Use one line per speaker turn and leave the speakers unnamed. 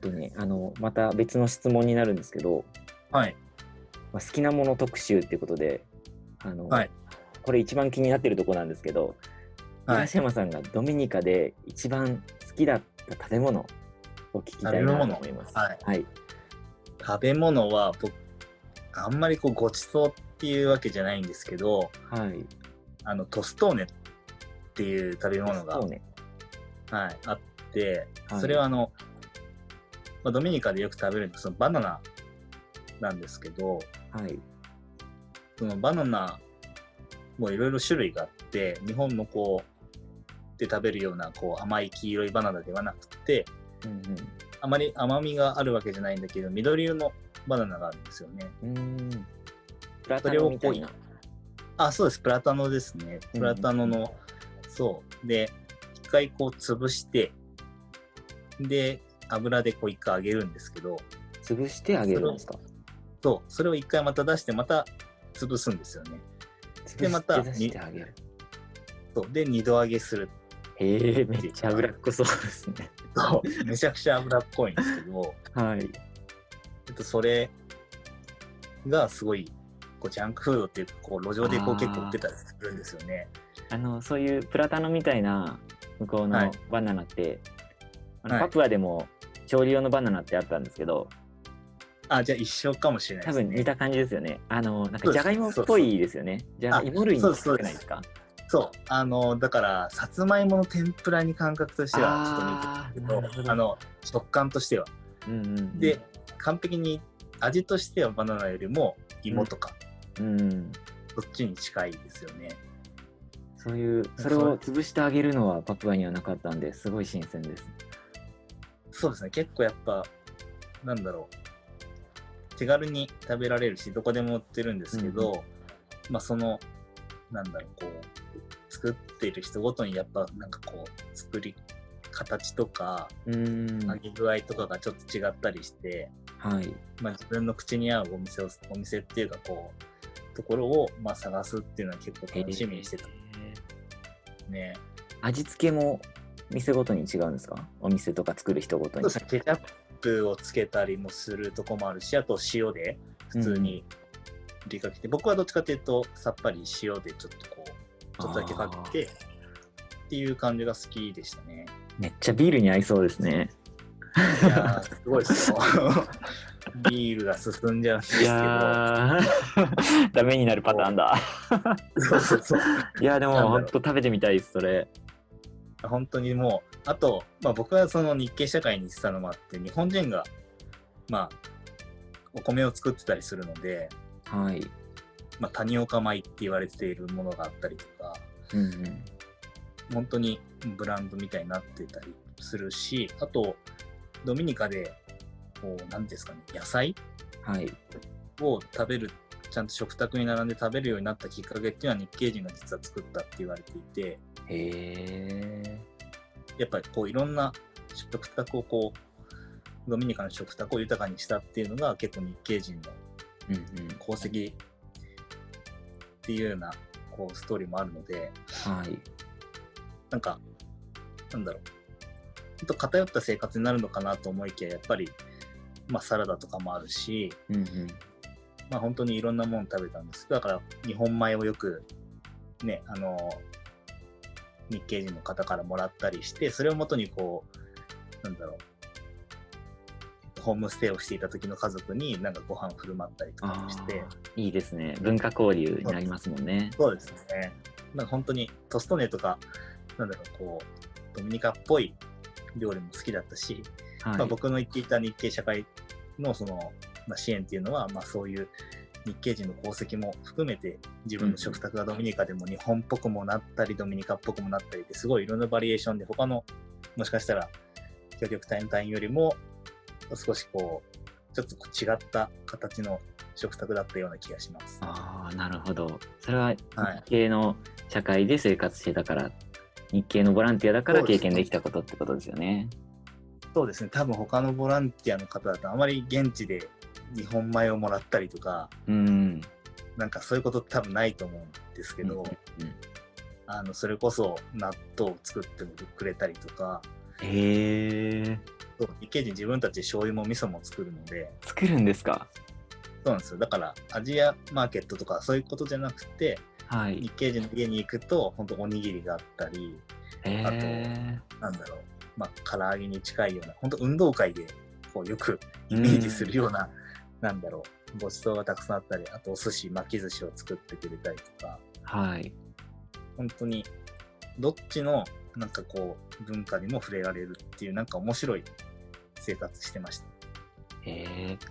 とね、あの、また別の質問になるんですけど、
はい。
まあ、好きなもの特集ってことで、あの、
はい
これ一番気になってるとこなんですけど、
はい。
東山さんがドミニカで一番好きだった食べ物を聞きたいなと思います。
食べ物はい
はい。
食べ物は僕、あんまりこうごちそうっていうわけじゃないんですけど、
はい。
あの、トストーネっていう食べ物
そ
が、
うね。
はい、あって、
はい
それはあの、まあ、ドミニカでよく食べるのはそのバナナなんですけど、
はい。
そのバナナもいろいろ種類があって、日本のこう、で食べるようなこう甘い黄色いバナナではなくて、
うん
あまり甘みがあるわけじゃないんだけど、緑色のバナナがあるんですよね。
うん。うーん。プラ
そ
タ
れを
ノ
こう
みたいな。
あ、そうです。プラタノですね。プラタノの、そう。で、一回こう潰して、で、油でこう一回揚げるんですけど、
潰してあげるんですか。
そう、それを一回また出して、また潰すんですよね。
潰
でまた
して出してあげる。
そう。で、二度揚げする。
へえ、めっちゃ脂っこそうですね。
そう。めちゃくちゃ油っこいんですけど、
はい。
ちょっとそれがすごい、こう、ジャンクフードっていうか、こう、路上でこう
あー
結構売ってたりするんですよね。
あの、そういうプラタノみたいな向こう
は
の
い
バナナって、あの
はい
パプアでも調理用のバナナってあったんですけど、
あ、じゃあ一緒かもしれない
多
です
分似
ね。
た感じですよね。あの、なんか
そう
じ
です
ゃがいもっぽいですよね。じゃがいも類に
そうです
近くないですか
そう。あの、だから、さつまいもの天ぷらに感覚としては、ちょっと似て
あ
る
ーなるほ
あ
ど
の食感としては
うんうんうん
で、完璧に味としてはバナナよりも芋とか、
うん、
そっちに近いですよね
そういうそれを潰してあげるのはパプアにはなかったんですごい新鮮です。
そうですね結構やっぱなんだろう手軽に食べられるしどこでも売ってるんですけど、まあそのなんだろうこう作っている人ごとにやっぱなんかこう作り形とか
うん、
揚げ具合とかがちょっと違ったりして、
はい。
まあ、自分の口に合うお店をお店っていうかこうところをまあ探すっていうのは結構楽しみにしてたんで
え
すね。
ー味付けも店ごとに違うんですか？お店とか作る人ごと
そう
に
で。すね、ケチャップをつけたりもするとこもあるし、あと塩で普通に振りかけて、僕はどっちかっていうと、さっぱり塩でちょっとこう、ちょっとだけかけて、っていう感じが好きでしたね。
めっちゃビールに合いそうですね。
い やー、すごいですよ。 ビールが進んじゃうんです
い
けど。
やー ダメになるパターンだ。
そうそうそう。
いやでも
なんだろう
本当食べてみたいですそれ。
本当にもう、あと、まあ僕はその日系社会に行ってたのもあって、日本人が、まあ、お米を作ってたりするので、
はい。
まあ、谷岡米って言われているものがあったりとか、
うんうん。
本当にブランドみたいになってたりするし、あと、ドミニカで、こう、なんですかね、野菜
はい。
を食べる、ちゃんと食卓に並んで食べるようになったきっかけっていうのは日系人が実は作ったって言われていて、
へえ。
やっぱりこう、いろんな食卓をこう、ドミニカの食卓を豊かにしたっていうのが結構日系人の
うんうん。
功績っていうような、こう、ストーリーもあるので、
はい。
なんか、なんだろう。ちょっと偏った生活になるのかなと思いきや、やっぱり、まあサラダとかもあるし、
うんうん。
まあ本当にいろんなもの食べたんですけど、だから日本米をよく、ね、あの、日系人の方からもらったりして、それをもとにこう、なんだろう、ホームステイをしていた時の家族になんかご飯を振る舞ったりとか
あ
もし
ー
て、
いいですね。文化交流になりますもんね。
そうですね。なんか本当にトストネとか、なんだろう、こう、ドミニカっぽい料理も好きだったし、
はい。
まあ、僕の言っていた日系社会のその、まあ、支援っていうのは、まあ、そういう日系人の功績も含めて自分の食卓がドミニカでも日本っぽくもなったりドミニカっぽくもなったりってすごいいろんなバリエーションで他のもしかしたら協力隊の隊員よりも少しこうちょっとこう違った形の食卓だったような気がします。
ああ、なるほど。それは日
はい
系の社会で生活してたから、日系のボランティアだから
そうで
経
す
験できたことってことですよね。
そうですね多分他のボランティアの方だとあまり現地で日本米をもらったりとか
うん。
なんかそういうこと多分ないと思うんですけど、
うんうん
あのそれこそ納豆を作ってくれたりとか
へえ。
そう日系人自分たちで醤油も味噌も作るので
作るんですか
そうなんですよだからアジアマーケットとかそういうことじゃなくて
はい
日。系人の家に行くと本当おにぎりがあったり
え
なんだろうまあ唐揚げに近いような本当運動会でこうよくイメージするような、なんだろうごちそうがたくさんあったりあとお寿司巻き寿司を作ってくれたりとか
ー、はい。
本当にどっちのなんかこう文化にも触れられるっていうなんか面白い生活してました。
えー、